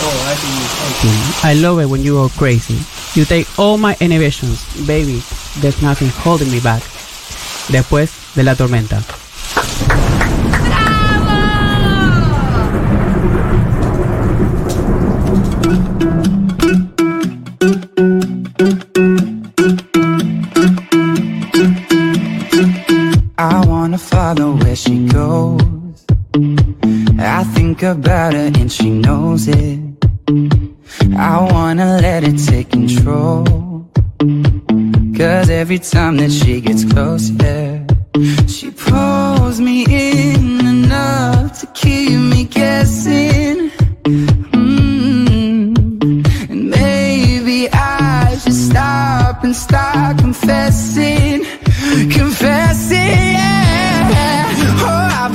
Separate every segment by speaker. Speaker 1: Oh, I see you. Okay.
Speaker 2: I love it when you go crazy. You take all my innovations, baby. There's nothing holding me back. Después de la tormenta.
Speaker 3: I wanna follow where she goes. I think about her and she knows it. I wanna let it take control. Cause every time that she gets closer, she pulls me in enough to keep me guessing. Mm. And maybe I should stop and start confessing, confessing. Yeah. Oh, I've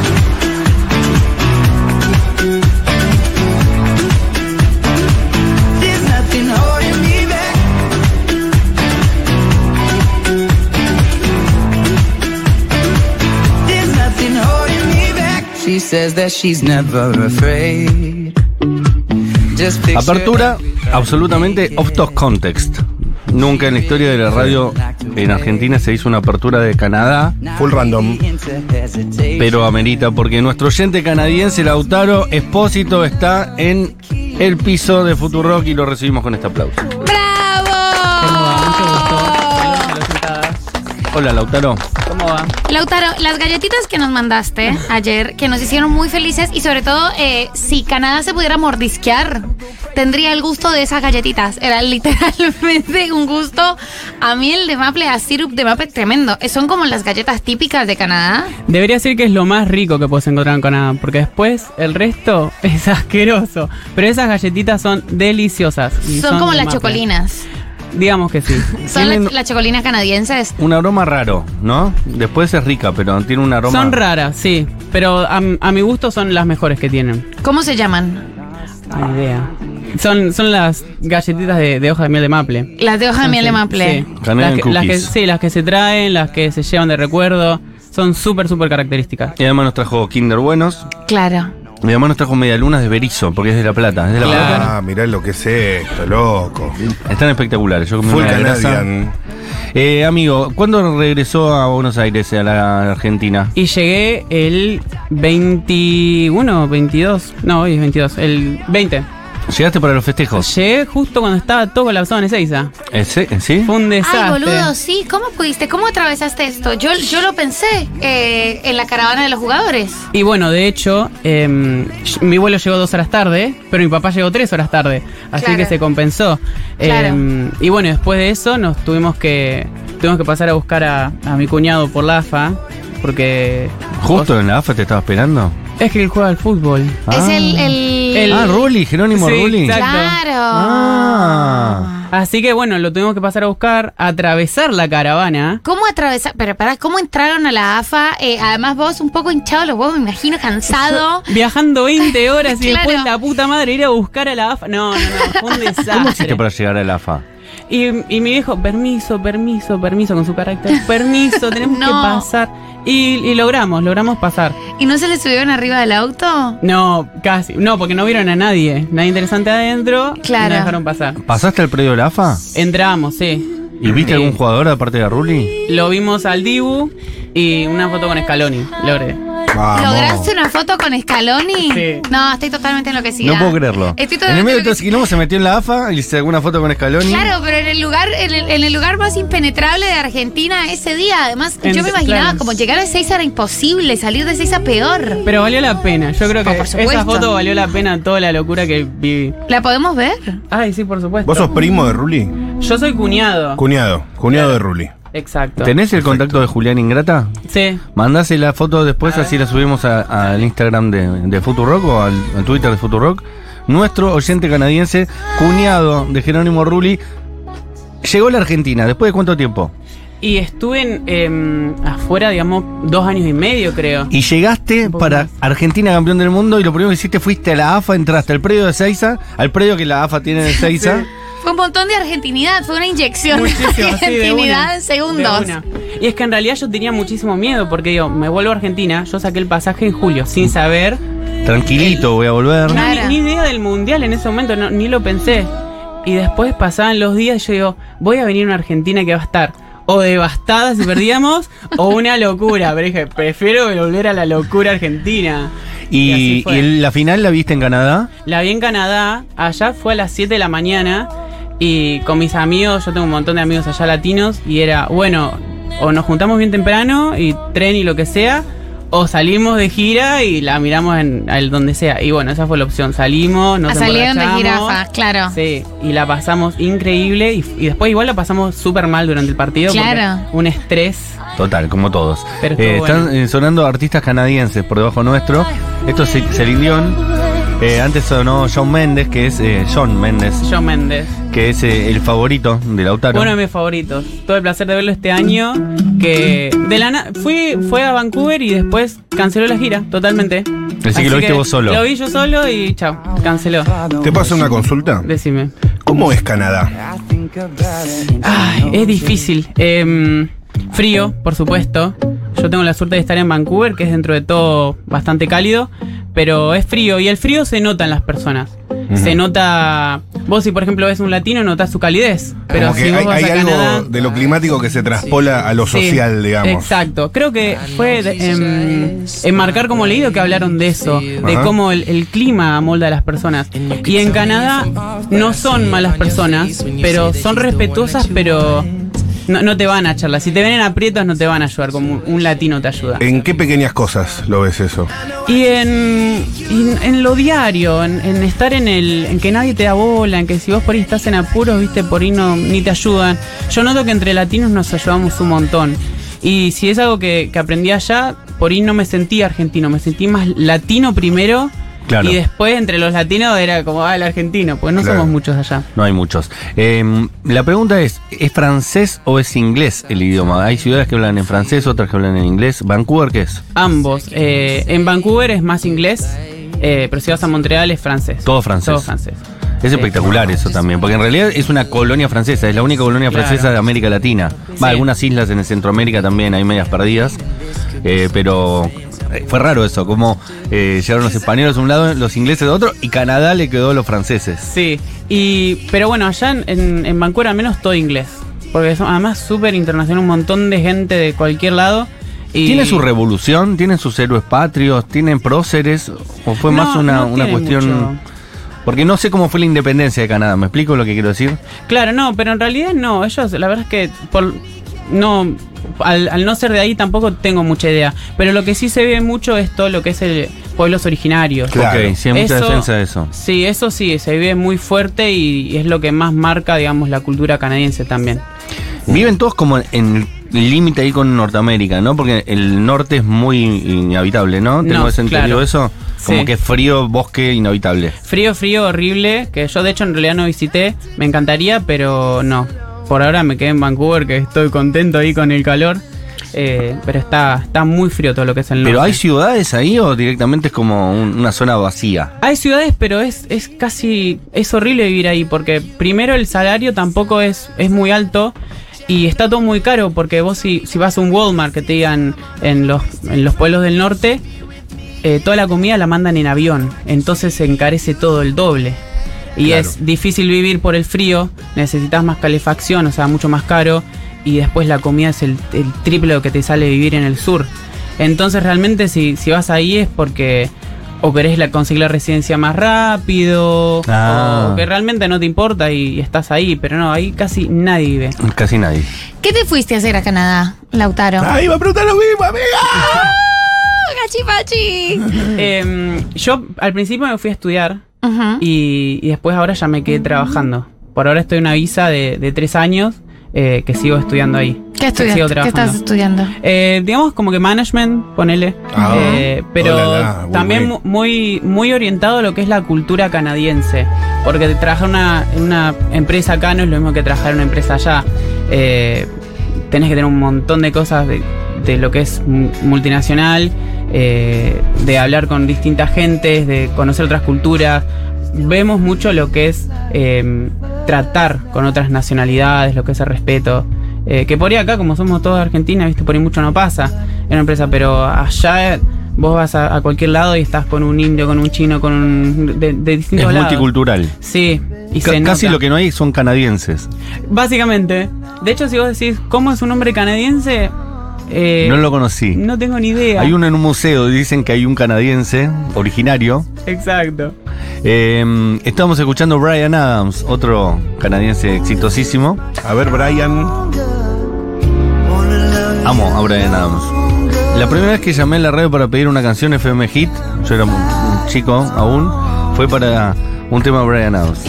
Speaker 3: There's nothing holding me back. There's nothing holding me back. She says that she's never afraid. Just picture
Speaker 4: Apertura absolutamente off the context. Nunca en la historia de la radio en Argentina se hizo una apertura de Canadá,
Speaker 5: Full random.
Speaker 4: pero amerita porque nuestro oyente canadiense Lautaro Espósito está en el piso de Futurock y lo recibimos con este aplauso.
Speaker 2: ¿Cómo va? Mucho gusto. Saludos a
Speaker 1: ¡Bravo!
Speaker 2: los sentadas.
Speaker 4: Hola Lautaro.
Speaker 2: ¿Cómo va?
Speaker 6: Lautaro, las galletitas que nos mandaste ayer, que nos hicieron muy felices y sobre todo, eh, si Canadá se pudiera mordisquear, tendría el gusto de esas galletitas. Era literalmente un gusto a miel de maple, a syrup de maple tremendo. Eh, Son como las galletas típicas de Canadá.
Speaker 2: Debería ser que es lo más rico que puedes encontrar en Canadá, porque después el resto es asqueroso. Pero esas galletitas son deliciosas. y
Speaker 6: Son, como
Speaker 2: de
Speaker 6: las
Speaker 2: maple.
Speaker 6: chocolinas.
Speaker 2: Digamos que sí.
Speaker 6: Son las-
Speaker 4: Tienen-
Speaker 6: las chocolinas canadienses.
Speaker 4: Un aroma raro, ¿no? Después es rica, pero tiene un aroma.
Speaker 2: Son raras, sí. Pero a, a mi gusto son las mejores que tienen.
Speaker 6: ¿Cómo se llaman?
Speaker 2: Ni idea. Son, son las galletitas de, de hoja de miel de maple.
Speaker 6: Las de hoja de miel de maple.
Speaker 2: Sí.
Speaker 4: Canadian
Speaker 2: Las que, las que-
Speaker 4: cookies.
Speaker 2: sí, las que se traen, las que se llevan de recuerdo. Son súper, súper características.
Speaker 4: Y además nos trajo Kinder Buenos.
Speaker 6: Claro.
Speaker 4: Y además nos trajo Medialunas de Berizo, porque es de La Plata. Es de la
Speaker 2: Claro.
Speaker 4: Plata.
Speaker 5: Ah, mirá lo que es esto, loco.
Speaker 4: Están espectaculares. Yo comí
Speaker 5: Full
Speaker 4: una de grasa.
Speaker 5: Canadian.
Speaker 4: Eh, amigo, ¿cuándo regresó a Buenos Aires, a la Argentina?
Speaker 2: Y llegué el 21, 22. No, hoy es 22. El 20.
Speaker 4: ¿Llegaste para los festejos?
Speaker 2: Llegué justo cuando estaba todo colapsado en Ezeiza.
Speaker 4: Eh, ¿Sí? eh, ¿Sí?
Speaker 2: Fue un desastre.
Speaker 6: Ay, boludo, sí. ¿Cómo pudiste? ¿Cómo atravesaste esto? Yo, yo lo pensé eh, en la caravana de los jugadores.
Speaker 2: Y bueno, de hecho, em, ll- mi vuelo llegó dos horas tarde, pero mi papá llegó tres horas tarde, así
Speaker 6: Claro.
Speaker 2: que se compensó.
Speaker 6: Claro.
Speaker 2: Em, y bueno, después de eso nos tuvimos que tuvimos que pasar a buscar a, a mi cuñado por la AFA, porque
Speaker 4: ¿Justo en la AFA te estaba esperando?
Speaker 2: es que él juega al fútbol.
Speaker 6: Es
Speaker 4: Ah.
Speaker 6: el. el-
Speaker 2: El-
Speaker 4: Ah, Rulli, Jerónimo
Speaker 2: Sí,
Speaker 4: Rulli.
Speaker 2: exacto.
Speaker 6: Claro.
Speaker 4: Ah.
Speaker 2: Así que bueno, lo tuvimos que pasar a buscar, atravesar la caravana.
Speaker 6: ¿Cómo atravesar? Pero para, ¿cómo entraron a la AFA? Eh, además, vos un poco hinchado los huevos, me imagino, cansado.
Speaker 2: Viajando 20 horas y después
Speaker 6: Claro.
Speaker 2: la puta madre ir a buscar a la AFA. No, no, no, fue un desastre.
Speaker 4: ¿Cómo hiciste para llegar a la AFA?
Speaker 2: Y, y mi viejo, permiso, permiso, permiso, con su carácter, permiso, tenemos
Speaker 6: No.
Speaker 2: que pasar. Y, y logramos, logramos pasar.
Speaker 6: ¿Y no se le subieron arriba del auto?
Speaker 2: No, casi. No, porque no vieron a nadie. Nadie interesante adentro.
Speaker 6: Claro.
Speaker 2: Y nos dejaron pasar.
Speaker 4: ¿Pasaste al predio de la AFA?
Speaker 2: Entramos, sí.
Speaker 4: ¿Y viste
Speaker 2: Sí.
Speaker 4: algún jugador aparte de Rulli?
Speaker 2: Lo vimos al Dibu y una foto con Scaloni. Logré.
Speaker 5: Vamos.
Speaker 6: ¿Lograste una foto con Scaloni?
Speaker 2: Sí.
Speaker 6: No, estoy totalmente enloquecida.
Speaker 4: No puedo creerlo.
Speaker 6: Estoy
Speaker 4: en el
Speaker 6: totalmente
Speaker 4: medio de todo ese
Speaker 6: enloquecida.
Speaker 4: quilombo se metió en la AFA y hice alguna foto con
Speaker 2: Mm.
Speaker 4: Scaloni.
Speaker 6: Claro, pero en el lugar, en el, en el lugar más impenetrable de Argentina ese día. Además, yo
Speaker 2: En-
Speaker 6: me imaginaba
Speaker 2: claro.
Speaker 6: como llegar a Seiza era imposible, salir de Seiza peor.
Speaker 2: Pero valió la pena. Yo creo
Speaker 6: Ah,
Speaker 2: que
Speaker 6: por supuesto.
Speaker 2: esa foto valió la pena toda la locura que viví.
Speaker 6: ¿La podemos ver?
Speaker 2: Ay, sí, por supuesto.
Speaker 5: ¿Vos sos primo de Ruli?
Speaker 2: Yo soy cuñado.
Speaker 5: Cuñado, cuñado de Ruli.
Speaker 2: Exacto.
Speaker 4: ¿Tenés el contacto de Julián Ingrata?
Speaker 2: Sí.
Speaker 4: Mandase la foto después, así la subimos a- al Instagram de, de Futurock o al, al Twitter de Futurock. Nuestro oyente canadiense, cuñado de Jerónimo Rulli, llegó a la Argentina. ¿Después de cuánto tiempo?
Speaker 2: y estuve en, em, afuera, digamos, dos años y medio, creo.
Speaker 4: Y llegaste
Speaker 2: poco
Speaker 4: para
Speaker 2: más.
Speaker 4: Argentina campeón del mundo y lo primero que hiciste fuiste a la AFA, entraste al predio de Seiza, al predio que la AFA tiene de Seiza.
Speaker 6: Fue un montón de argentinidad, fue una inyección de
Speaker 2: Muchísimo, sí, de
Speaker 6: argentinidad
Speaker 2: una,
Speaker 6: en segundos.
Speaker 2: de una. Y es que en realidad yo tenía muchísimo miedo porque digo, me vuelvo a Argentina, yo saqué el pasaje en julio sin saber
Speaker 4: Tranquilito, voy a
Speaker 2: No,
Speaker 4: volver.
Speaker 2: ni-
Speaker 6: Claro.
Speaker 2: ni, idea del mundial en ese momento, no, ni lo pensé. Y después pasaban los días y yo digo, voy a venir a una Argentina que va a estar o devastada si perdíamos o una locura. Pero dije, prefiero volver a la locura argentina. Y así
Speaker 4: Y,
Speaker 2: fue.
Speaker 4: y el- la final la viste en Canadá.
Speaker 2: La vi en Canadá, allá fue a las 7 de la mañana y con mis amigos, yo tengo un montón de amigos allá latinos y era, bueno, o nos juntamos bien temprano y tren y lo que sea, o salimos de gira y la miramos en al donde sea. Y bueno, esa fue la opción, salimos, nos
Speaker 6: Ah, salieron de ah,
Speaker 2: emborrachamos.
Speaker 6: jirafa, claro.
Speaker 2: Sí, y la pasamos increíble y, y después igual la pasamos súper mal durante el partido. porque
Speaker 6: Claro.
Speaker 2: Un estrés.
Speaker 4: Total, como todos.
Speaker 2: Pero estuvo
Speaker 4: Eh, están
Speaker 2: bueno.
Speaker 4: eh, sonando artistas canadienses por debajo nuestro. Esto es Cel- Celine Dion. Eh, antes sonó John Méndez, que es eh, John Méndez,
Speaker 2: John Méndez.
Speaker 4: que es eh, el favorito de Lautaro.
Speaker 2: Uno de mis favoritos. Tuve el placer de verlo este año. Que de la na- fui fue a Vancouver y después canceló la gira totalmente.
Speaker 4: Así que lo viste vos solo. Ah.
Speaker 2: Lo vi yo solo y chao, canceló.
Speaker 5: ¿Te paso una consulta?
Speaker 2: Decime.
Speaker 5: ¿Cómo es Canadá?
Speaker 2: Ay, es difícil. Em, frío, por supuesto. Yo tengo la suerte de estar en Vancouver, que es dentro de todo bastante cálido, pero es frío y el frío se nota en las personas. Se nota, vos si por ejemplo ves un latino notas su calidez, pero
Speaker 5: Como que
Speaker 2: si vos
Speaker 5: hay,
Speaker 2: vas
Speaker 5: hay
Speaker 2: a
Speaker 5: algo
Speaker 2: Canadá-
Speaker 5: de lo climático que se traspola a lo
Speaker 2: Sí,
Speaker 5: social, digamos.
Speaker 2: Exacto. Creo que fue de- em, enmarcar como leído que hablaron de eso, de
Speaker 5: Ajá.
Speaker 2: cómo el, el clima amolda a las personas. Y en Canadá no son malas personas, pero son respetuosas, pero no, no te van a charlar. Si te ven en aprietos no te van a ayudar, como un, un latino te ayuda.
Speaker 5: ¿En qué pequeñas cosas lo ves eso?
Speaker 2: Y en, y en- en lo diario, en, en estar en el. en que nadie te da bola, en que si vos por ahí estás en apuros, viste, por ahí no, ni te ayudan. Yo noto que entre latinos nos ayudamos un montón. Y si es algo que, que aprendí allá, por ahí no me sentí argentino, me sentí más latino primero.
Speaker 4: Claro.
Speaker 2: Y después entre los latinos era como, ah, el argentino, pues no
Speaker 5: Claro.
Speaker 2: somos muchos allá.
Speaker 4: No hay muchos. Eh, la pregunta es, ¿es francés o es inglés el idioma? Hay ciudades que hablan en francés, otras que hablan en inglés. ¿Vancouver qué es?
Speaker 2: Ambos. Eh, en Vancouver es más inglés, eh, pero si vas a Montreal es francés.
Speaker 4: Todo francés.
Speaker 2: Todo francés.
Speaker 4: Es
Speaker 2: Sí.
Speaker 4: espectacular eso también, porque en realidad es una colonia francesa, es la única colonia
Speaker 2: Claro.
Speaker 4: francesa de América Latina.
Speaker 2: Sí.
Speaker 4: Va, algunas islas en Centroamérica también, hay medias perdidas, eh, pero eh, fue raro eso, como eh, llegaron los españoles a un lado, los ingleses a otro, y Canadá le quedó a los franceses.
Speaker 2: Sí, y, pero bueno, allá en, en, en Vancouver al menos todo inglés. Porque son además súper internacional, un montón de gente de cualquier lado. Y
Speaker 4: ¿Tiene su revolución? ¿Tienen sus héroes patrios? ¿Tienen próceres? ¿O fue más
Speaker 2: No,
Speaker 4: una,
Speaker 2: no
Speaker 4: una
Speaker 2: tiene
Speaker 4: cuestión...?
Speaker 2: mucho.
Speaker 4: Porque no sé cómo fue la independencia de Canadá, ¿me explico lo que quiero decir?
Speaker 2: Claro, no, pero en realidad no. Ellos, la verdad es que por, no, al, al no ser de ahí tampoco tengo mucha idea. Pero lo que sí se ve mucho es todo lo que es el pueblos originarios.
Speaker 5: Claro.
Speaker 4: Ok, sí, hay mucha
Speaker 2: Eso-
Speaker 4: defensa de eso.
Speaker 2: Sí, eso sí, se ve muy fuerte y, y es lo que más marca, digamos, la cultura canadiense también.
Speaker 4: Viven todos como en el límite ahí con Norteamérica, ¿no? Porque el norte es muy inhabitable, ¿no? ¿Tengo
Speaker 2: No,
Speaker 4: ese entendido
Speaker 2: claro.
Speaker 4: eso? Como
Speaker 2: Sí.
Speaker 4: que es frío, bosque, inhabitable.
Speaker 2: Frío, frío, horrible, que yo de hecho en realidad no visité, me encantaría, pero no. Por ahora me quedé en Vancouver, que estoy contento ahí con el calor, eh, pero está, está muy frío todo lo que es el norte.
Speaker 4: ¿Pero hay ciudades ahí o directamente es como un- una zona vacía?
Speaker 2: Hay ciudades, pero es, es casi, es horrible vivir ahí, porque primero el salario tampoco es, es muy alto y está todo muy caro, porque vos si, si vas a un Walmart que te digan en los, en los pueblos del norte, eh, toda la comida la mandan en avión, entonces se encarece todo el doble. Y
Speaker 5: Claro.
Speaker 2: es difícil vivir por el frío, necesitas más calefacción, o sea, mucho más caro, y después la comida es el, el triple de lo que te sale vivir en el sur. Entonces realmente si, si vas ahí es porque o querés la, conseguir la residencia más rápido,
Speaker 4: Ah.
Speaker 2: o que realmente no te importa y, y estás ahí, pero no, ahí casi nadie vive.
Speaker 4: Casi nadie.
Speaker 6: ¿Qué te fuiste a hacer a Canadá, Lautaro?
Speaker 2: Ah.
Speaker 6: ¡Oh,
Speaker 5: ¡Ay, va Ah, a preguntar lo mismo, amiga!
Speaker 6: ¡Gachipachi!
Speaker 2: Em, yo al principio me fui a estudiar
Speaker 6: Ujú.
Speaker 2: y, y después ahora ya me quedé
Speaker 6: Mm.
Speaker 2: trabajando. Por ahora estoy en una visa de, de tres años eh, que sigo estudiando ahí.
Speaker 6: ¿Qué estudiaste?
Speaker 2: Sigo
Speaker 6: ¿Qué
Speaker 2: trabajando.
Speaker 6: estás estudiando?
Speaker 2: Eh, digamos como que management, ponele.
Speaker 5: Ah.
Speaker 2: Eh, pero
Speaker 5: Olala, uy,
Speaker 2: también
Speaker 5: uy.
Speaker 2: mu- muy, muy orientado a lo que es la cultura canadiense. Porque trabajar en una, en una empresa acá no es lo mismo que trabajar en una empresa allá. Eh, tenés que tener un montón de cosas de, de lo que es mu- multinacional, eh, de hablar con distintas gentes, de conocer otras culturas. Vemos mucho lo que es eh, tratar con otras nacionalidades, lo que es el respeto. Eh, que por ahí acá, como somos todos de Argentina, viste, por ahí mucho no pasa en una empresa, pero allá eh, vos vas a, a cualquier lado y estás con un indio, con un chino, con un, de, de distintos
Speaker 4: Es
Speaker 2: lados.
Speaker 4: multicultural.
Speaker 2: Sí, y
Speaker 4: Ca-
Speaker 2: se
Speaker 4: casi
Speaker 2: nota.
Speaker 4: lo que no hay son canadienses.
Speaker 2: Básicamente. De hecho, si vos decís, ¿cómo es un hombre canadiense? Eh,
Speaker 4: no lo conocí.
Speaker 2: no tengo ni idea.
Speaker 4: Hay uno en un museo, dicen que hay un canadiense originario.
Speaker 2: Exacto.
Speaker 4: Eh, estamos escuchando Brian Adams, otro canadiense exitosísimo.
Speaker 5: A ver, Brian.
Speaker 4: Amo a Brian Adams. La primera vez que llamé a la radio para pedir una canción FM Hit, yo era un- un chico aún, fue para un tema de Brian Adams.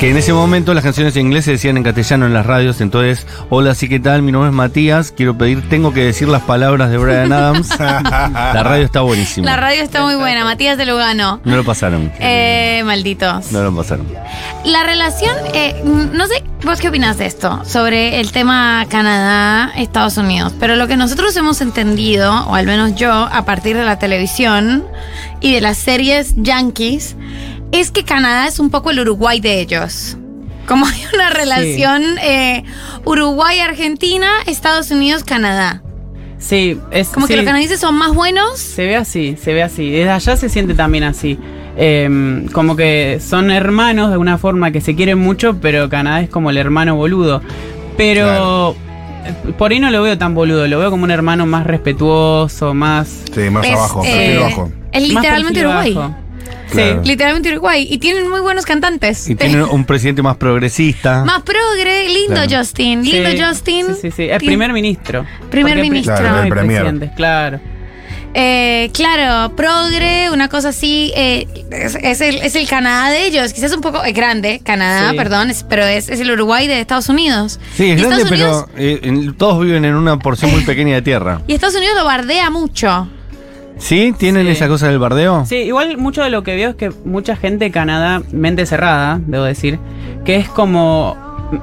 Speaker 4: Que en ese momento las canciones en inglés se decían en castellano en las radios, entonces, hola, sí, ¿qué tal? Mi nombre es Matías, quiero pedir, tengo que decir las palabras de Brian Adams. La radio está buenísima.
Speaker 6: La radio está muy buena, Matías de Lugano.
Speaker 4: No lo pasaron.
Speaker 6: Eh, malditos.
Speaker 4: No lo pasaron.
Speaker 6: La relación, eh, no sé, vos qué opinas de esto, sobre el tema Canadá, Estados Unidos, pero lo que nosotros hemos entendido, o al menos yo, a partir de la televisión y de las series yankees, es que Canadá es un poco el Uruguay de ellos. Como hay una relación eh, Uruguay-Argentina, Estados Unidos-Canadá.
Speaker 2: Sí, es
Speaker 6: Como
Speaker 2: sí,
Speaker 6: que los canadienses son más buenos.
Speaker 2: Se ve así, se ve así. Desde allá se siente también así. Eh, como que son hermanos de una forma que se quieren mucho, pero Canadá es como el hermano boludo. Pero eh, por ahí no lo veo tan boludo, lo veo como un hermano más respetuoso, más...
Speaker 5: Sí, más
Speaker 6: Es,
Speaker 5: abajo,
Speaker 6: eh,
Speaker 5: perfil bajo.
Speaker 6: Es
Speaker 2: más
Speaker 6: literalmente
Speaker 2: perfil
Speaker 6: Uruguay.
Speaker 2: bajo. Sí.
Speaker 5: Claro.
Speaker 6: Literalmente Uruguay. Y tienen muy buenos cantantes.
Speaker 4: Y tienen un presidente más progresista.
Speaker 6: Más progre, lindo
Speaker 4: Ah. Claro.
Speaker 6: Justin,
Speaker 2: Sí,
Speaker 6: lindo Justin.
Speaker 2: Sí, sí, sí. Es
Speaker 6: Ti-
Speaker 2: primer ministro.
Speaker 6: Primer
Speaker 2: Porque pri-
Speaker 6: ministro.
Speaker 5: Claro,
Speaker 2: no
Speaker 5: el
Speaker 2: hay
Speaker 5: premier.
Speaker 2: presidentes, claro.
Speaker 6: Eh, claro, progre, una cosa así. eh, es, es el, es el Canadá de ellos. Quizás un poco es grande, Canadá,
Speaker 2: Sí.
Speaker 6: perdón, es- pero es, es el Uruguay de Estados Unidos.
Speaker 4: Sí, es
Speaker 6: y
Speaker 4: grande,
Speaker 6: Estados Unidos,
Speaker 4: pero eh, en- todos viven en una porción muy pequeña de tierra.
Speaker 6: Y Estados Unidos lo bardea mucho.
Speaker 4: ¿Sí? ¿Tienen
Speaker 2: Sí.
Speaker 4: esa cosa del bardeo?
Speaker 2: Sí, igual mucho de lo que veo es que mucha gente de Canadá, mente cerrada, debo decir, que es como,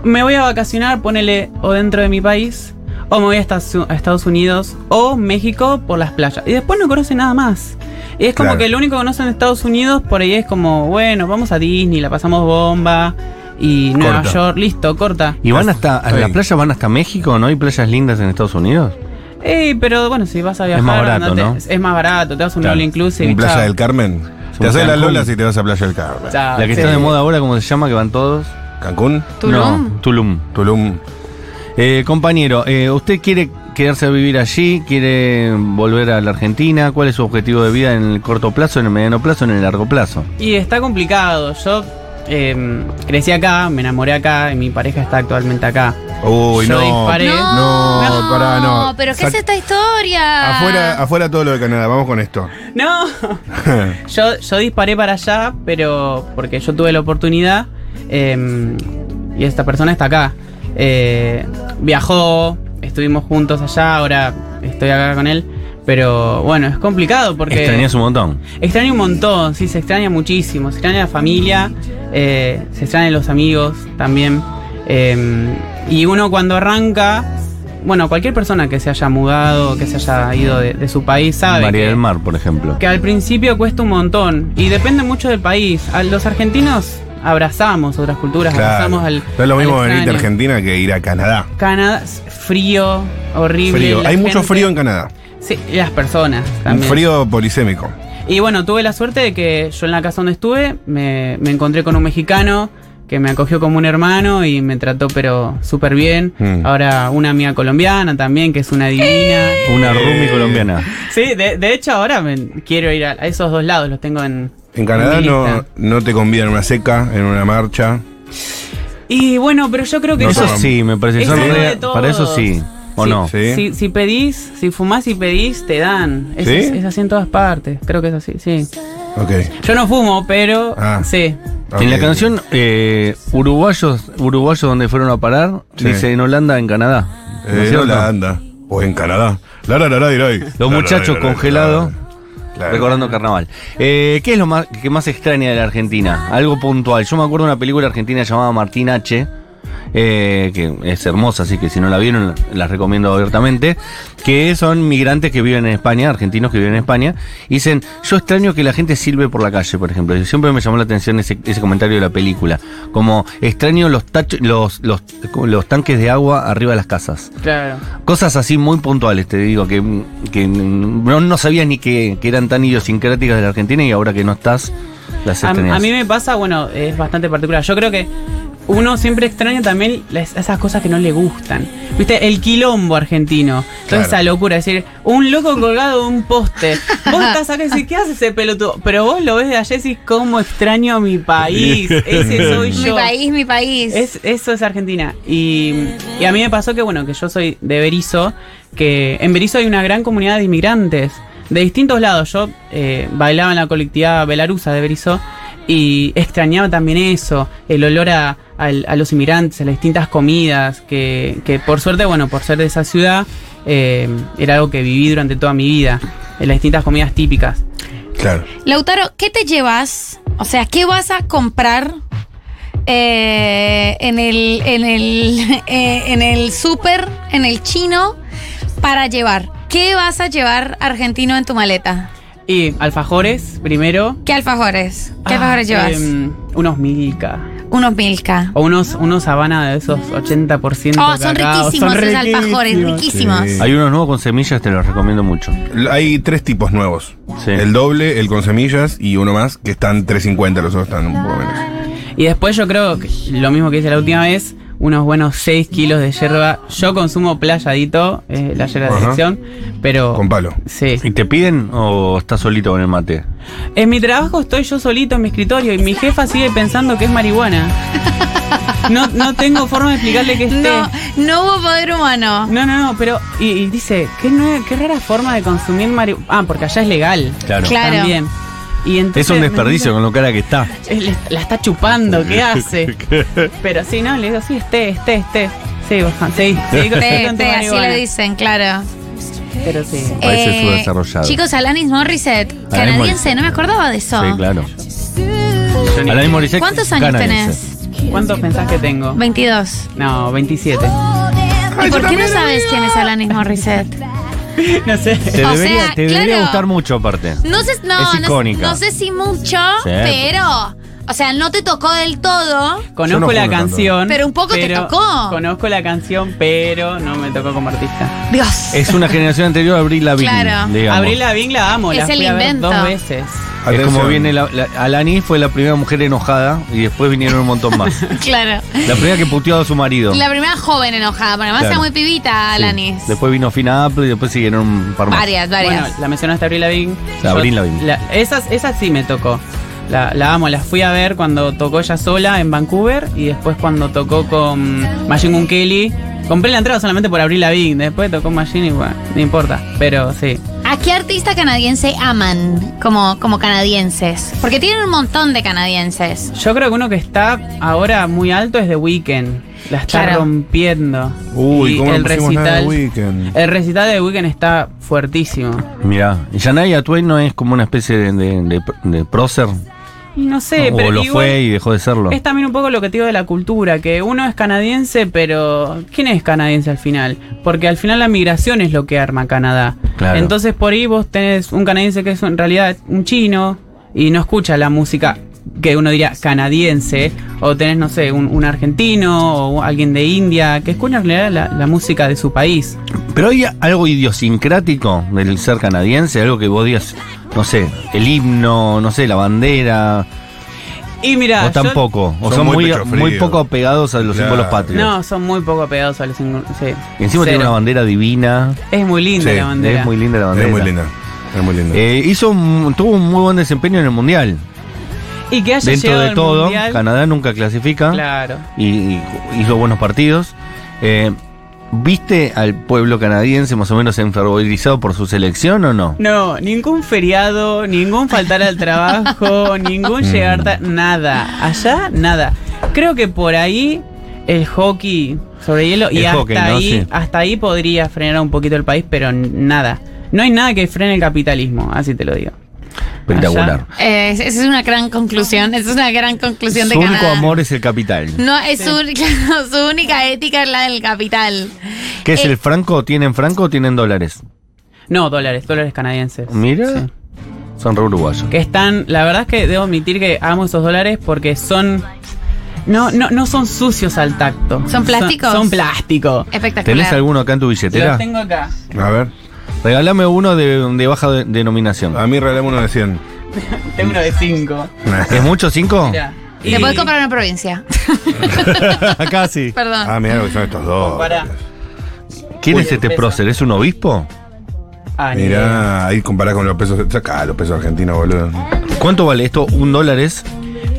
Speaker 2: me voy a vacacionar, ponele, o dentro de mi país, o me voy a Estados, a Estados Unidos, o México por las playas. Y después no conoce nada más. Y es como
Speaker 5: Claro.
Speaker 2: que lo único que conocen de Estados Unidos por ahí es como, bueno, vamos a Disney, la pasamos bomba, y Nueva
Speaker 5: Corta.
Speaker 2: York, listo, corta.
Speaker 4: ¿Y van hasta, a
Speaker 5: Sí.
Speaker 4: las playas van hasta México? ¿No hay playas lindas en Estados Unidos?
Speaker 2: Ey, pero bueno, si vas a viajar,
Speaker 4: más barato,
Speaker 2: andate-
Speaker 4: ¿no?
Speaker 2: es más barato, te vas a un
Speaker 4: Claro.
Speaker 2: all inclusive.
Speaker 5: En
Speaker 2: y
Speaker 5: Playa
Speaker 2: chao.
Speaker 5: del Carmen. Te haces las lolas y te vas a Playa del Carmen.
Speaker 2: Chao,
Speaker 4: la que
Speaker 2: Ah, sí.
Speaker 4: está de moda ahora, ¿cómo se llama? Que van todos.
Speaker 5: Cancún,
Speaker 6: Tulum.
Speaker 4: No, Tulum.
Speaker 5: Tulum.
Speaker 4: Eh, compañero, eh, ¿usted quiere quedarse a vivir allí? ¿Quiere volver a la Argentina? ¿Cuál es su objetivo de vida en el corto plazo, en el mediano plazo, en el largo plazo?
Speaker 2: Y está complicado. Yo eh, crecí acá, me enamoré acá y mi pareja está actualmente acá.
Speaker 5: Uy,
Speaker 2: Yo
Speaker 5: no.
Speaker 2: disparé.
Speaker 5: No, pará, no.
Speaker 6: pero ¿qué
Speaker 5: Sac-
Speaker 6: es esta historia?
Speaker 5: Afuera, afuera todo lo de Canadá, vamos con esto.
Speaker 2: No, yo, yo disparé para allá, pero porque yo tuve la oportunidad eh, y esta persona está acá. Eh, viajó, estuvimos juntos allá, ahora estoy acá con él. Pero bueno, es complicado porque...
Speaker 4: Extrañas un montón.
Speaker 2: Extraña un montón, sí, se extraña muchísimo. Se extraña la familia, eh, se extrañan los amigos también. Eh, y uno cuando arranca, bueno, cualquier persona que se haya mudado, que se haya ido de, Ah, de su país, sabe
Speaker 4: María del
Speaker 2: que,
Speaker 4: Mar, por ejemplo.
Speaker 2: que al principio cuesta un montón. Y depende mucho del país. A los argentinos abrazamos otras culturas, abrazamos
Speaker 5: Claro.
Speaker 2: al.
Speaker 5: no es lo
Speaker 2: al
Speaker 5: mismo venir de
Speaker 2: extraño.
Speaker 5: Argentina que ir a Canadá.
Speaker 2: Canadá, es frío, horrible.
Speaker 5: Frío.
Speaker 2: la
Speaker 5: Hay mucho
Speaker 2: gente-
Speaker 5: frío en Canadá.
Speaker 2: Sí, y las personas
Speaker 5: Un
Speaker 2: también.
Speaker 5: frío polisémico.
Speaker 2: Y bueno, tuve la suerte de que yo en la casa donde estuve me, me encontré con un mexicano que me acogió como un hermano y me trató pero súper bien.
Speaker 5: Mm.
Speaker 2: Ahora una amiga colombiana también, que es una divina.
Speaker 4: Una roomie colombiana.
Speaker 2: Sí, de, de hecho ahora me- quiero ir a, a esos dos lados, los tengo en...
Speaker 5: En Canadá
Speaker 2: mi
Speaker 5: no,
Speaker 2: lista.
Speaker 5: no te convidan a una seca, en una marcha.
Speaker 2: Y bueno, pero yo creo que...
Speaker 5: No
Speaker 2: eso
Speaker 4: Eso
Speaker 5: toman.
Speaker 4: sí, me parece.
Speaker 2: Es
Speaker 4: son
Speaker 2: algo
Speaker 4: re-
Speaker 2: de todos.
Speaker 4: para eso sí. ¿O
Speaker 2: Sí,
Speaker 4: no?
Speaker 5: Sí.
Speaker 2: Si, si pedís, si fumás y pedís, te dan. Es,
Speaker 5: ¿Sí?
Speaker 2: es- es así en todas partes, creo que es así, sí.
Speaker 5: Ok.
Speaker 2: Yo no fumo, pero...
Speaker 5: Ah.
Speaker 2: Sí.
Speaker 5: ok.
Speaker 4: En la canción eh, Uruguayos, Uruguayos donde fueron a parar,
Speaker 5: Sí.
Speaker 4: dice en Holanda, en Canadá. ¿No es
Speaker 5: Eh, en
Speaker 4: cierto?
Speaker 5: Holanda. O en Canadá. La, la, la, la, la, la. La,
Speaker 4: Los
Speaker 5: la,
Speaker 4: muchachos
Speaker 5: la, la, la,
Speaker 4: congelados,
Speaker 5: la, la.
Speaker 4: recordando carnaval. Eh, ¿Qué es lo más, que más extraña de la Argentina? Algo puntual. Yo me acuerdo de una película argentina llamada Martín H. eh, que es hermosa, así que si no la vieron, la- las recomiendo abiertamente, que son migrantes que viven en España, argentinos que viven en España, y dicen, yo extraño que la gente silbe por la calle, por ejemplo. Y siempre me llamó la atención ese, ese comentario de la película, como extraño los, tach- los, los, los tanques de agua arriba de las casas.
Speaker 2: Claro.
Speaker 4: Cosas así muy puntuales, te digo, que, que no, no sabías ni que, que eran tan idiosincráticas de la Argentina y ahora que no estás, las
Speaker 2: A,
Speaker 4: extrañas.
Speaker 2: a mí me pasa, bueno, es bastante particular. Yo creo que uno siempre extraña también las- esas cosas que no le gustan. ¿Viste? El quilombo argentino. Toda
Speaker 5: Claro.
Speaker 2: esa locura. Es decir, un loco colgado de un poste. Vos estás acá y decís, ¿qué hace ese pelotudo? Pero vos lo ves de allá y decís, ¿cómo extraño a mi país? Ese soy
Speaker 6: Mi
Speaker 2: yo.
Speaker 6: país, mi país.
Speaker 2: Es, eso es Argentina. Y, y a mí me pasó que, bueno, que yo soy de Berizo, que en Berizo hay una gran comunidad de inmigrantes de distintos lados. Yo eh, bailaba en la colectividad belarusa de Berizo y extrañaba también eso, el olor a, al- a los inmigrantes, a las distintas comidas, que, que por suerte, bueno, por ser de esa ciudad, eh, era algo que viví durante toda mi vida, en las distintas comidas típicas.
Speaker 5: Claro.
Speaker 6: Lautaro, ¿qué te llevas? O sea, ¿qué vas a comprar eh, en el, en el, eh, en el súper, en el chino, para llevar? ¿Qué vas a llevar argentino en tu maleta?
Speaker 2: Y alfajores, primero.
Speaker 6: ¿Qué alfajores? ¿Qué
Speaker 2: Ah,
Speaker 6: alfajores llevas?
Speaker 2: em, unos milka.
Speaker 6: Unos milka.
Speaker 2: O unos, unos habana de esos 80%.
Speaker 6: Oh, son
Speaker 2: cacao.
Speaker 6: riquísimos
Speaker 2: Son
Speaker 6: esos
Speaker 2: riquísimos.
Speaker 6: alfajores, riquísimos.
Speaker 5: Sí.
Speaker 4: Hay unos nuevos con semillas, te los recomiendo mucho.
Speaker 5: Hay tres tipos nuevos.
Speaker 4: Sí.
Speaker 5: El doble, el con semillas y uno más que están 3.50, los otros están un poco menos.
Speaker 2: Y después yo creo que lo mismo que hice la última vez, unos buenos 6 kilos de yerba. Yo consumo playadito, eh, la yerba de
Speaker 5: Ajá.
Speaker 2: elección, pero...
Speaker 5: Con palo.
Speaker 2: Sí.
Speaker 4: ¿Y te piden o estás solito con el mate?
Speaker 2: En mi trabajo estoy yo solito en mi escritorio y mi jefa sigue pensando que es marihuana. No, no tengo forma de explicarle que esté.
Speaker 6: No, no hubo poder humano.
Speaker 2: No, no, no, pero. Y, y dice, qué, nue- qué rara forma de consumir marihuana. Ah, porque allá es legal.
Speaker 4: Claro.
Speaker 6: Claro.
Speaker 2: También. Y entonces,
Speaker 4: Es un desperdicio con lo cara que está.
Speaker 2: Él la está chupando, ¿qué hace? Pero sí, no, le digo, sí, esté, esté, esté. Sí, bastante. Sí, sí, con-
Speaker 6: Te-
Speaker 2: con tu
Speaker 6: te- así
Speaker 2: marihuana.
Speaker 6: lo dicen, claro. Eh,
Speaker 2: Pero sí.
Speaker 4: Parece subdesarrollado.
Speaker 6: Chicos, Alanis Morissette, canadiense, no me acordaba de eso.
Speaker 4: Sí, claro. Alain Morissette,
Speaker 6: ¿Cuántos años
Speaker 4: canadiense.
Speaker 2: ¿Cuántos pensás que tengo?
Speaker 6: 22.
Speaker 2: No, 27.
Speaker 6: ¿Y por qué no sabes quién es Alanis Morissette?
Speaker 2: No sé.
Speaker 4: Te,
Speaker 6: O
Speaker 4: debería,
Speaker 6: sea,
Speaker 4: te debería
Speaker 6: claro.
Speaker 4: gustar mucho, aparte.
Speaker 6: No sé, no,
Speaker 4: Es
Speaker 6: no-
Speaker 4: icónica.
Speaker 6: No, sé si mucho,
Speaker 4: Sí.
Speaker 6: pero. O sea, no te tocó del todo.
Speaker 5: Yo no
Speaker 2: Conozco
Speaker 5: juego
Speaker 2: la
Speaker 5: tanto.
Speaker 2: canción.
Speaker 6: Pero un poco te tocó.
Speaker 2: Conozco la canción, pero no me tocó como artista.
Speaker 6: Dios.
Speaker 4: Es una generación anterior a Abril Lavigne,
Speaker 6: Claro.
Speaker 4: digamos.
Speaker 2: Abril Lavigne la amo, la
Speaker 6: Es el
Speaker 2: fui a ver
Speaker 6: invento.
Speaker 2: dos veces.
Speaker 4: Es como
Speaker 5: Atención.
Speaker 4: viene la, la- Alanis fue la primera mujer enojada y después vinieron un montón más.
Speaker 6: Claro.
Speaker 4: La primera que puteó a su marido.
Speaker 6: La primera joven enojada, pero además
Speaker 4: Claro.
Speaker 6: era muy pibita,
Speaker 4: Sí.
Speaker 6: Alanis.
Speaker 4: Después vino Fina Apple y después siguieron un par más.
Speaker 6: Varias, varias.
Speaker 2: Bueno, la mencionaste Abril Lavigne.
Speaker 4: La
Speaker 2: Yo-
Speaker 4: Avril Lavigne.
Speaker 2: la- esas, esas sí me tocó. La, la amo, las fui a ver cuando tocó ella sola en Vancouver y después cuando tocó con Machine Gun Kelly. Compré la entrada solamente por Abril Lavigne, después tocó Machine y bueno, no importa, pero sí.
Speaker 6: ¿A qué artista canadiense aman como, como canadienses? Porque tienen un montón de canadienses.
Speaker 2: Yo creo que uno que está ahora muy alto es The Weeknd. La está
Speaker 6: Claro.
Speaker 2: rompiendo.
Speaker 5: Uy,
Speaker 2: Y
Speaker 5: ¿cómo
Speaker 2: el
Speaker 5: no pusimos nada de
Speaker 2: recital.
Speaker 5: Weekend?
Speaker 2: El recital de The Weeknd está fuertísimo.
Speaker 4: Mirá, y Shania Twain no es como una especie de, de, de- de prócer.
Speaker 2: Y no sé,
Speaker 4: o
Speaker 2: pero
Speaker 4: lo
Speaker 2: igual-
Speaker 4: fue y dejó de serlo.
Speaker 2: Es también un poco lo que te digo de la cultura, que uno es canadiense, pero ¿quién es canadiense al final? Porque al final la migración es lo que arma Canadá.
Speaker 4: Claro.
Speaker 2: Entonces por ahí vos tenés un canadiense que es en realidad un chino y no escucha la música que uno diría canadiense, o tenés, no sé, un, un argentino o alguien de India que escucha en realidad la, la música de su país.
Speaker 4: Pero hay algo idiosincrático del ser canadiense, algo que vos digas, no sé, el himno, no sé, la bandera,
Speaker 2: Y mira,
Speaker 4: o tampoco, o
Speaker 5: Son
Speaker 4: son
Speaker 5: muy
Speaker 4: muy,
Speaker 5: pecho frío.
Speaker 4: muy poco apegados a los
Speaker 5: Claro.
Speaker 4: símbolos patrios.
Speaker 2: no, son muy poco apegados a los ingl- sí,
Speaker 4: Y encima tiene
Speaker 2: cero.
Speaker 4: una bandera divina,
Speaker 2: Es muy linda
Speaker 5: Sí,
Speaker 2: la bandera.
Speaker 4: es muy linda la bandera.
Speaker 5: Es muy linda. Es muy linda.
Speaker 4: Eh, hizo un- tuvo un muy buen desempeño en el mundial.
Speaker 2: y que haya
Speaker 4: Dentro
Speaker 2: llegado
Speaker 4: de
Speaker 2: al
Speaker 4: todo,
Speaker 2: Mundial,
Speaker 4: Canadá nunca clasifica
Speaker 2: Claro.
Speaker 4: y, y hizo buenos partidos. Eh, ¿Viste al pueblo canadiense más o menos enfervorizado por su selección o no?
Speaker 2: No, ningún feriado, ningún faltar al trabajo, ningún
Speaker 4: Mm.
Speaker 2: llegar tarde, nada. Allá, nada. Creo que por ahí el hockey sobre hielo y
Speaker 4: El
Speaker 2: hasta,
Speaker 4: hockey, ¿no?
Speaker 2: ahí,
Speaker 4: Sí.
Speaker 2: hasta ahí podría frenar un poquito el país, pero n- nada. No hay nada que frene el capitalismo, así te lo digo.
Speaker 4: Espectacular.
Speaker 6: Eh, es- esa es una gran conclusión. Esa es una gran conclusión
Speaker 4: Su
Speaker 6: de
Speaker 4: único
Speaker 6: Canadá.
Speaker 4: amor es el capital.
Speaker 2: Mm.
Speaker 6: No, es su, claro, su única ética es la del capital.
Speaker 4: ¿Qué es
Speaker 6: Eh,
Speaker 4: el franco? ¿Tienen franco o tienen dólares?
Speaker 2: No, dólares, dólares canadienses.
Speaker 4: Mira.
Speaker 2: Sí.
Speaker 4: Son re uruguayos.
Speaker 2: Que están, la verdad es que debo admitir que amo esos dólares porque son. No, no, no son sucios al tacto.
Speaker 6: ¿Son plásticos?
Speaker 2: Son, plástico.
Speaker 4: ¿Tenés
Speaker 6: Espectacular.
Speaker 4: alguno acá en tu
Speaker 2: Los
Speaker 4: billetera?
Speaker 2: tengo acá.
Speaker 5: A ver,
Speaker 4: Regálame uno de, de baja de- denominación.
Speaker 2: Ah.
Speaker 5: a mí regalame uno de 100.
Speaker 2: Tengo uno de cinco.
Speaker 4: ¿Es mucho cinco?
Speaker 2: Mirá.
Speaker 6: Te puedes comprar una provincia.
Speaker 4: Casi.
Speaker 6: Perdón.
Speaker 5: Ah, mirá lo que son estos dos.
Speaker 2: Compará.
Speaker 4: ¿Quién
Speaker 2: Uy,
Speaker 4: es este
Speaker 2: pesa.
Speaker 4: prócer? ¿Es un obispo?
Speaker 2: Ah, ni idea.
Speaker 5: Mirá, ahí comparás con los pesos. Sacá los pesos argentinos, boludo.
Speaker 4: ¿Cuánto vale esto? ¿Un dólar es?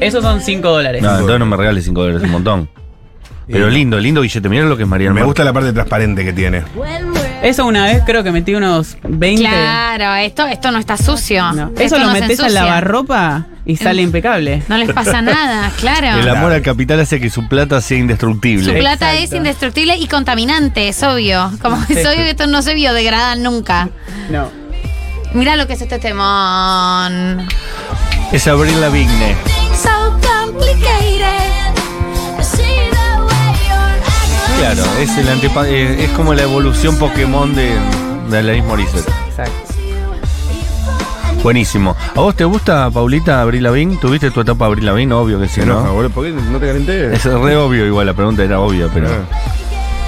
Speaker 2: Esos son cinco dólares.
Speaker 4: No, entonces no me regales cinco dólares, un montón. Pero lindo, lindo billete. Mirá lo que es Mariano.
Speaker 5: Me gusta la parte transparente que tiene.
Speaker 2: Eso una vez creo que metí unos 20.
Speaker 6: Claro, esto, esto no está sucio.
Speaker 2: No.
Speaker 6: Esto
Speaker 2: Eso lo
Speaker 6: no se
Speaker 2: metes al
Speaker 6: ensucia.
Speaker 2: lavarropa y sale impecable.
Speaker 6: No les pasa nada, Ah. claro.
Speaker 4: El amor al capital hace que su plata sea
Speaker 6: Su
Speaker 4: indestructible.
Speaker 6: plata es
Speaker 2: Exacto.
Speaker 6: indestructible y contaminante, es obvio. Como
Speaker 2: Sí.
Speaker 6: es obvio que esto no se biodegrada nunca.
Speaker 2: No.
Speaker 6: Mira lo que es este temón.
Speaker 4: Es abrir la vigne.
Speaker 1: So complicated. See the way you're acting.
Speaker 4: Claro, es, el antepa- eh, es como la evolución Pokémon de, de Alanis Morissette.
Speaker 2: Exacto.
Speaker 4: Buenísimo. ¿A vos te gusta, Paulita, Abril Lavigne? ¿Tuviste tu etapa Abril Lavigne? Obvio que sí,
Speaker 5: Se enoja,
Speaker 4: ¿no?
Speaker 5: boludo. ¿Por qué no te calenté?
Speaker 4: Es re obvio igual, la pregunta era obvia, pero...
Speaker 5: Ah.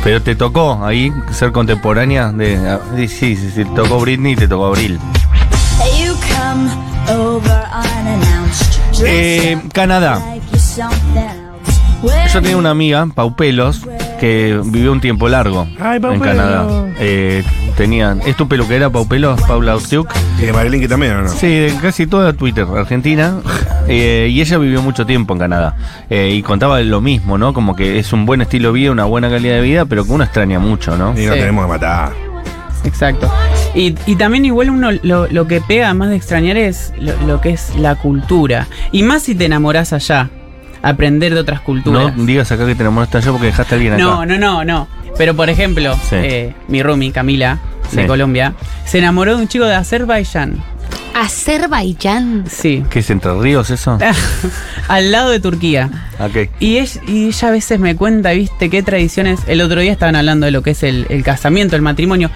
Speaker 4: Pero te tocó ahí ser contemporánea de... de- sí, sí, sí, te tocó Britney y te tocó Abril.
Speaker 1: You come over unannounced. Dressed
Speaker 4: Eh, Canadá.
Speaker 1: like you're something else. When
Speaker 4: Yo tenía una amiga, Paupelos, que vivió un tiempo largo
Speaker 5: Ay,
Speaker 4: en
Speaker 5: Paupelos.
Speaker 4: Canadá. Eh, tenían... ¿Es tu peluquera, Paupelos? Paula Ostiuk.
Speaker 5: Y Marilyn que también, ¿o no?
Speaker 4: Sí, de casi toda Twitter, Argentina. Eh, y ella vivió mucho tiempo en Canadá. Eh, y contaba lo mismo, ¿no? Como que es un buen estilo de vida, una buena calidad de vida, pero que uno extraña mucho, ¿no?
Speaker 5: Y no
Speaker 2: Sí.
Speaker 5: tenemos que matar.
Speaker 2: Exacto. Y, y también igual uno lo, lo que pega más de extrañar es lo, lo que es la cultura. Y más si te enamorás allá, aprender de otras
Speaker 4: No
Speaker 2: culturas.
Speaker 4: digas acá que te enamoraste allá porque dejaste a alguien acá.
Speaker 2: No, no, no, no. Pero por ejemplo,
Speaker 4: Sí.
Speaker 2: eh, mi roomie Camila, de
Speaker 4: Sí.
Speaker 2: Colombia, se enamoró de un chico de Azerbaiyán.
Speaker 6: Azerbaiyán.
Speaker 2: Sí.
Speaker 4: ¿Qué es Entre Ríos eso?
Speaker 2: al lado de Turquía.
Speaker 4: Ok.
Speaker 2: Y ella, y ella a veces me cuenta, viste, qué tradiciones. El otro día estaban hablando de lo que es el, el casamiento, el matrimonio.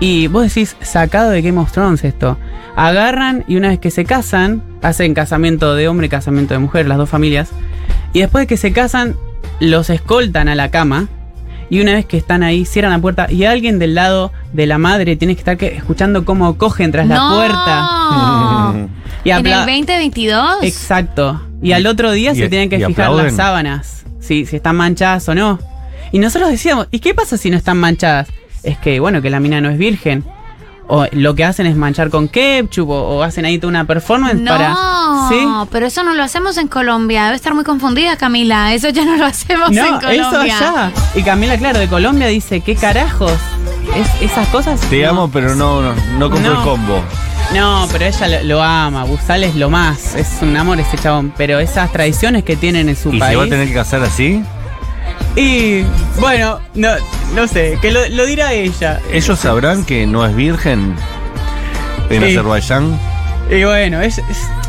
Speaker 2: Y vos decís, sacado de Game of Thrones esto. Agarran y una vez que se casan, hacen casamiento de hombre y casamiento de mujer, las dos familias. Y después de que se casan, los escoltan a la cama. Y una vez que están ahí, cierran la puerta. Y alguien del lado de la madre tiene que estar que- escuchando cómo cogen tras la puerta.
Speaker 6: No.
Speaker 2: Y
Speaker 6: en el
Speaker 2: apla-
Speaker 6: 2022.
Speaker 2: Exacto. Y al otro día
Speaker 4: Y-
Speaker 2: se tienen que
Speaker 4: y
Speaker 2: fijar
Speaker 4: aplauden.
Speaker 2: las sábanas, si, si están manchadas o no. Y nosotros decíamos, ¿y qué pasa si no están manchadas? Es que, bueno, que la mina no es virgen. O lo que hacen es manchar con ketchup o, o hacen ahí toda una performance
Speaker 6: no,
Speaker 2: para... ¿Sí?
Speaker 6: pero eso no lo hacemos en Colombia. Debe estar muy confundida, Camila. Eso ya no lo hacemos en
Speaker 2: No,
Speaker 6: Colombia.
Speaker 2: eso allá. Y Camila, claro, de Colombia dice, ¿qué carajos? Es- esas cosas...
Speaker 4: Te
Speaker 2: no.
Speaker 4: amo, pero no, no, no compro
Speaker 2: No.
Speaker 4: el combo.
Speaker 2: No, pero ella lo, lo ama. Busal es lo más. Es un amor ese chabón. Pero esas tradiciones que tienen en su
Speaker 4: ¿Y
Speaker 2: país...
Speaker 4: se va a tener que casar así?
Speaker 2: Y bueno, no, no sé, que lo, lo dirá ella.
Speaker 4: ¿Ellos sabrán que no es virgen en
Speaker 2: Sí.
Speaker 4: Azerbaiyán?
Speaker 2: Y bueno, es, es-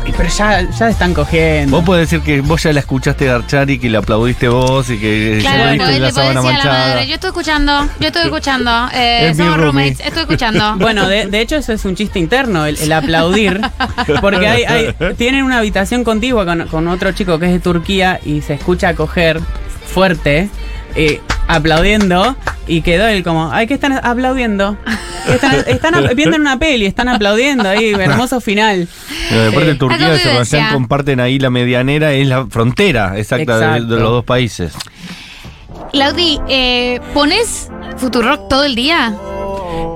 Speaker 2: y pero ya, ya están cogiendo.
Speaker 4: Vos podés decir que vos ya la escuchaste garchar y que la aplaudiste vos y que
Speaker 6: Claro,
Speaker 4: viste
Speaker 6: le puedo decir a la madre, yo estoy escuchando, yo estoy escuchando, eh,
Speaker 4: Es mi
Speaker 6: somos
Speaker 4: roomie.
Speaker 6: roommates, estoy escuchando.
Speaker 2: Bueno, de, de hecho eso es un chiste interno, el, el aplaudir, porque hay, hay- tienen una habitación contigua con, con otro chico que es de Turquía y se escucha coger fuerte, eh, aplaudiendo, y quedó él como, ay, ¿qué están aplaudiendo? ¿Qué Están, están a- viendo una peli, están aplaudiendo ahí, hermoso final.
Speaker 4: No, de parte
Speaker 2: Eh,
Speaker 4: Turquía y
Speaker 6: algo de
Speaker 4: Azerbaiyán
Speaker 6: vivencia.
Speaker 4: comparten ahí la medianera, es la frontera exacta de- De,
Speaker 2: Exacto.
Speaker 4: los dos países.
Speaker 6: Laudi, eh, ¿pones Futurock todo el día?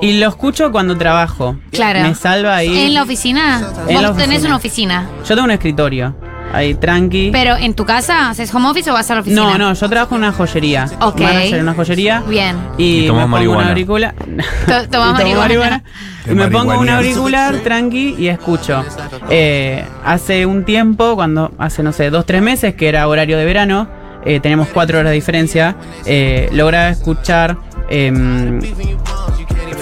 Speaker 2: Y lo escucho cuando trabajo.
Speaker 6: Claro.
Speaker 2: Me salva ahí.
Speaker 6: ¿En la oficina?
Speaker 2: En
Speaker 6: Vos
Speaker 2: la
Speaker 6: tenés
Speaker 2: oficina.
Speaker 6: una oficina,
Speaker 2: Yo tengo un escritorio. Ahí, tranqui.
Speaker 6: pero ¿en tu casa haces home office o vas a la oficina?
Speaker 2: no, no, yo trabajo en una joyería.
Speaker 6: Ok.
Speaker 2: Manager en una joyería.
Speaker 6: Bien.
Speaker 2: Y,
Speaker 4: Y
Speaker 2: me
Speaker 4: tomás
Speaker 2: pongo
Speaker 4: marihuana.
Speaker 2: una auricula.
Speaker 6: To- tomás
Speaker 2: Y tomo
Speaker 6: marihuana.
Speaker 2: Y me pongo un
Speaker 5: Marihuana.
Speaker 2: auricular tranqui y escucho. Eh, hace un tiempo, cuando hace, no sé, dos, tres meses, que era horario de verano, eh, tenemos cuatro horas de diferencia, em, eh, lograba escuchar eh,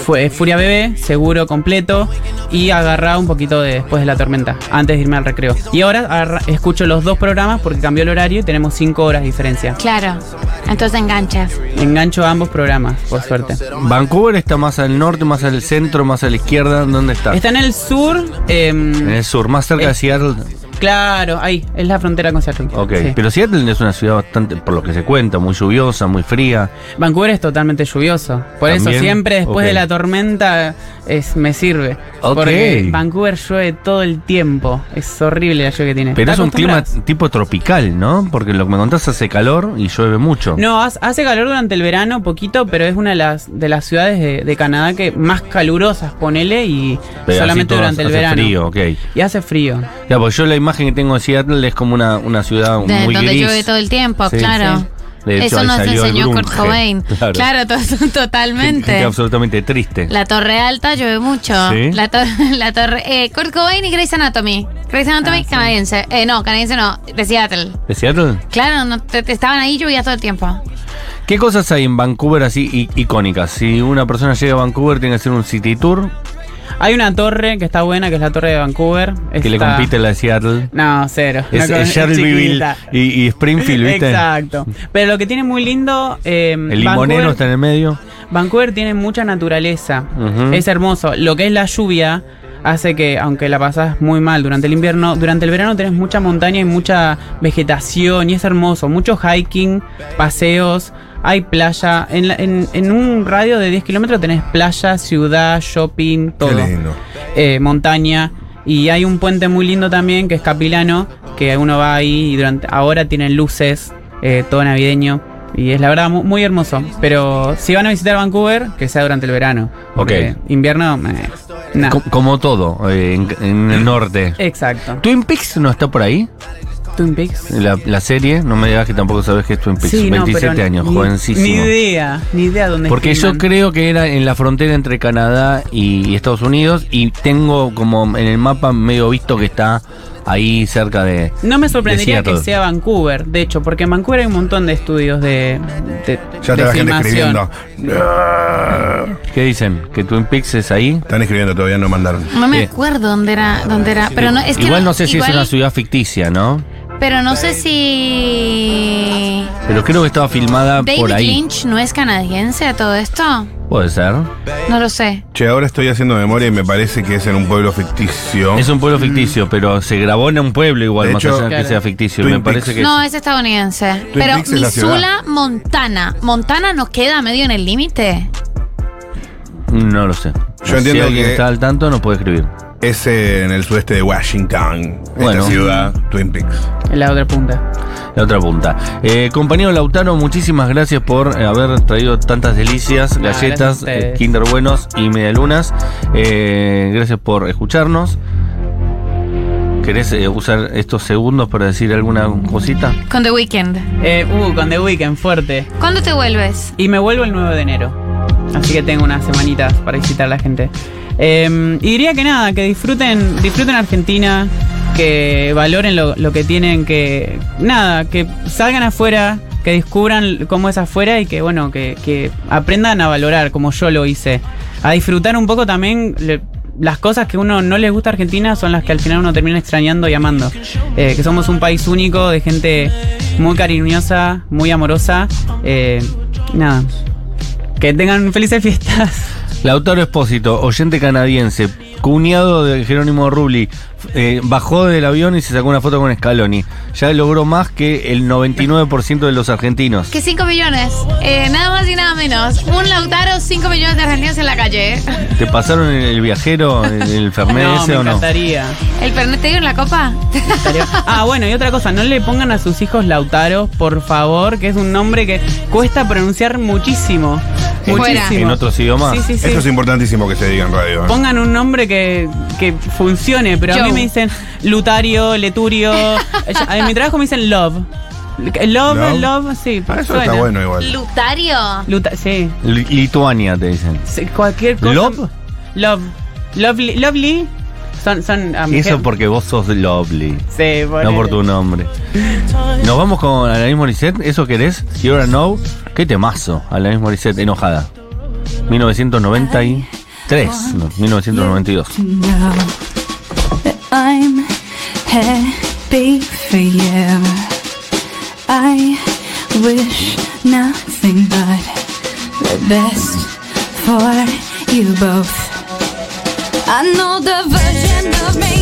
Speaker 2: fue Furia Bebé, seguro completo y agarraba un poquito de después de la tormenta, antes de irme al recreo. Y ahora agarra- escucho los dos programas porque cambió el horario y tenemos cinco horas de diferencia.
Speaker 6: Claro. Entonces enganchas.
Speaker 2: Engancho ambos programas, por suerte.
Speaker 4: Vancouver está más al norte, más al centro, más a la izquierda. ¿Dónde está?
Speaker 2: Está en el sur. em,
Speaker 4: En el sur, más cerca de
Speaker 2: Eh.
Speaker 4: Seattle.
Speaker 2: Claro, ahí, es la frontera con Seattle.
Speaker 4: Ok,
Speaker 2: Sí.
Speaker 4: pero Seattle es una ciudad bastante, por lo que se cuenta, muy lluviosa, muy fría.
Speaker 2: Vancouver es totalmente lluvioso. Por
Speaker 4: ¿También?
Speaker 2: eso siempre después
Speaker 4: Ok.
Speaker 2: de la tormenta es, me sirve.
Speaker 4: Ok.
Speaker 2: Porque Vancouver llueve todo el tiempo. Es horrible la lluvia que tiene.
Speaker 4: Pero es
Speaker 2: ¿Está
Speaker 4: un clima
Speaker 2: acostumbrado?
Speaker 4: tipo tropical, ¿no? Porque lo que me contás hace calor y llueve mucho.
Speaker 2: No, ha- hace calor durante el verano poquito, pero es una de las, de las ciudades de, de Canadá que más calurosas, ponele, y
Speaker 4: Pero así
Speaker 2: solamente
Speaker 4: todo
Speaker 2: durante el
Speaker 4: hace
Speaker 2: verano.
Speaker 4: frío, ok.
Speaker 2: Y hace frío.
Speaker 4: Ya, pues yo la imagen que tengo de Seattle es como una, una ciudad
Speaker 6: De-
Speaker 4: muy
Speaker 6: donde
Speaker 4: gris.
Speaker 6: llueve todo el tiempo,
Speaker 4: Sí,
Speaker 6: claro.
Speaker 4: sí. De hecho,
Speaker 6: Eso
Speaker 4: ahí
Speaker 6: nos
Speaker 4: salió el
Speaker 6: enseñó Kurt
Speaker 4: grunge.
Speaker 6: Cobain.
Speaker 4: Claro.
Speaker 6: Claro, to-
Speaker 4: Gente-
Speaker 6: totalmente.
Speaker 4: gente absolutamente triste.
Speaker 6: La Torre Alta llueve mucho.
Speaker 4: Sí.
Speaker 6: La, tor- la Torre. Eh, Kurt Cobain y Grey's Anatomy. Grey's
Speaker 4: Ah,
Speaker 6: Anatomy canadiense. Eh, no, canadiense no, de Seattle.
Speaker 4: ¿De Seattle?
Speaker 6: Claro, no, te- te estaban ahí llovía todo el tiempo.
Speaker 4: ¿Qué cosas hay en Vancouver así i- icónicas? Si una persona llega a Vancouver, tiene que hacer un city tour
Speaker 2: Hay una torre que está buena, que es la torre de Vancouver.
Speaker 4: que le
Speaker 2: Está-
Speaker 4: compite a la de Seattle.
Speaker 2: No, cero.
Speaker 4: Es,
Speaker 2: No,
Speaker 4: es
Speaker 2: es
Speaker 4: Shelbyville
Speaker 2: chiquita.
Speaker 4: y, y Springfield, ¿viste?
Speaker 2: Exacto. Pero lo que tiene muy lindo. eh,
Speaker 4: El limonero
Speaker 2: Vancouver-
Speaker 4: está en el medio.
Speaker 2: Vancouver tiene mucha naturaleza.
Speaker 4: Ujú.
Speaker 2: Es hermoso. Lo que es la lluvia hace que, aunque la pasas muy mal durante el invierno, durante el verano tenés mucha montaña y mucha vegetación y es hermoso. Mucho hiking, paseos, hay playa. En, la- en- en un radio de 10 kilómetros tenés playa, ciudad, shopping, todo.
Speaker 5: Qué lindo.
Speaker 2: Eh, montaña. Y hay un puente muy lindo también que es Capilano, que uno va ahí y durante, ahora tienen luces, eh, todo navideño. Y es la verdad mu- muy hermoso. Pero si van a visitar Vancouver, que sea durante el verano. porque Invierno, eh, nah.
Speaker 4: Co- como todo, eh, en, en el norte.
Speaker 2: Exacto.
Speaker 4: ¿Twin Peaks no está por ahí?
Speaker 2: Twin Peaks.
Speaker 4: La, la serie, no me digas que tampoco sabes que es Twin Peaks.
Speaker 2: no,
Speaker 4: 27
Speaker 2: pero
Speaker 4: años,
Speaker 2: ni-
Speaker 4: jovencísimo.
Speaker 2: Ni idea, ni idea dónde
Speaker 4: Porque yo
Speaker 2: filman.
Speaker 4: creo que era en la frontera entre Canadá y, y Estados Unidos y tengo como en el mapa medio visto que está ahí cerca de...
Speaker 2: No me sorprendería
Speaker 4: de
Speaker 2: que
Speaker 4: Seattle.
Speaker 2: sea Vancouver, de hecho, porque en Vancouver hay un montón de estudios de, de,
Speaker 5: Ya
Speaker 2: de
Speaker 5: está la gente
Speaker 2: filmación.
Speaker 5: escribiendo. Ah,
Speaker 4: ¿Qué dicen? ¿Que Twin Peaks es ahí?
Speaker 5: Están escribiendo, todavía no mandaron.
Speaker 6: No me
Speaker 4: Bien.
Speaker 6: acuerdo dónde era, dónde era, pero no es que
Speaker 4: igual no sé si
Speaker 6: igual-
Speaker 4: es una ciudad ficticia, ¿no?
Speaker 6: Pero no sé si
Speaker 4: Pero creo que estaba filmada
Speaker 6: David
Speaker 4: por ahí.
Speaker 6: Lynch no es canadiense a todo esto.
Speaker 4: Puede ser.
Speaker 6: No lo sé.
Speaker 5: Che, ahora estoy haciendo memoria y me parece que es en un pueblo ficticio.
Speaker 4: Es un pueblo ficticio, pero se grabó en un pueblo igual,
Speaker 5: Mm. De
Speaker 4: más
Speaker 5: hecho,
Speaker 4: allá de que
Speaker 2: Claro.
Speaker 4: sea ficticio.
Speaker 5: Twin
Speaker 4: Me parece
Speaker 5: Peaks.
Speaker 4: que
Speaker 6: No,
Speaker 4: es-
Speaker 6: es estadounidense. pero
Speaker 5: Peaks es la
Speaker 6: Missoula,
Speaker 5: ciudad.
Speaker 6: Montana. Montana nos queda medio en el límite.
Speaker 4: no lo sé.
Speaker 5: Yo entiendo
Speaker 4: si alguien
Speaker 5: que-
Speaker 4: está al tanto, nos puede escribir.
Speaker 5: Es en el sudeste de Washington.
Speaker 4: Bueno.
Speaker 5: Esta ciudad, Twin Peaks.
Speaker 2: En la otra punta.
Speaker 4: La otra punta. Eh, compañero Lautaro, muchísimas gracias por eh, haber traído tantas delicias,
Speaker 2: Nada, gracias a
Speaker 4: galletas,
Speaker 2: ustedes.
Speaker 4: eh, Kinder Buenos y Medialunas. Eh, gracias por escucharnos. ¿Querés eh, usar estos segundos para decir alguna cosita?
Speaker 6: Con The Weeknd.
Speaker 2: Eh, uh, con The Weeknd, fuerte.
Speaker 6: ¿Cuándo te vuelves?
Speaker 2: Y me vuelvo el 9 de enero. Así que tengo unas semanitas para visitar a la gente. Eh, y diría que nada, que disfruten, disfruten Argentina, que valoren lo, lo que tienen, que nada, que salgan afuera, que descubran cómo es afuera y que bueno, que, que aprendan a valorar como yo lo hice. A disfrutar un poco también le- las cosas que uno no les gusta a Argentina son las que al final uno termina extrañando y amando. Eh, que somos un país único de gente muy cariñosa, muy amorosa. Eh, nada. Que tengan felices fiestas.
Speaker 4: Lautaro Espósito, oyente canadiense, cuñado de Jerónimo Rubli, eh, bajó del avión y se sacó una foto con Scaloni. Ya logró más que el 99% de los argentinos.
Speaker 6: Que 5 millones. Eh, nada más y nada menos. Un Lautaro, 5 millones de argentinos en la calle.
Speaker 4: ¿Te pasaron el, el viajero, el, el Fernet
Speaker 2: no,
Speaker 4: ese
Speaker 2: me
Speaker 4: o no?
Speaker 2: encantaría.
Speaker 6: ¿El Fernet te dio en la copa?
Speaker 2: Estaría- Ah, bueno, y otra cosa, no le pongan a sus hijos Lautaro, por favor, que es un nombre que cuesta pronunciar muchísimo.
Speaker 6: En-
Speaker 2: Muchísimo.
Speaker 4: en otros idiomas.
Speaker 2: Sí, sí, sí.
Speaker 5: Esto es importantísimo que se diga en radio. ¿eh?
Speaker 2: Pongan un nombre que, que funcione, pero a mí
Speaker 6: Joe.
Speaker 2: me dicen Lutario, Leturio. Ya, En mi trabajo me dicen Love. Love,
Speaker 5: Love.
Speaker 2: love, sí.
Speaker 5: Ah, eso
Speaker 2: suena.
Speaker 5: está bueno igual.
Speaker 6: Lutario.
Speaker 2: Luta- sí.
Speaker 4: Li- Lituania te dicen.
Speaker 2: Sí, cualquier cosa.
Speaker 4: ¿Love?
Speaker 2: Love. Lovely. lovely. Son. son um,
Speaker 4: Y eso
Speaker 2: gen-
Speaker 4: porque vos sos lovely,
Speaker 2: Sí,
Speaker 4: no
Speaker 2: ponele.
Speaker 4: por tu nombre. Nos vamos con Alanis Morissette, ¿eso querés? You ahora no, qué temazo, Alanis Morissette, enojada. 1990 y... 3, 1992.
Speaker 3: know that I'm happy for you. I wish nothing but the best for you both. I know the version of me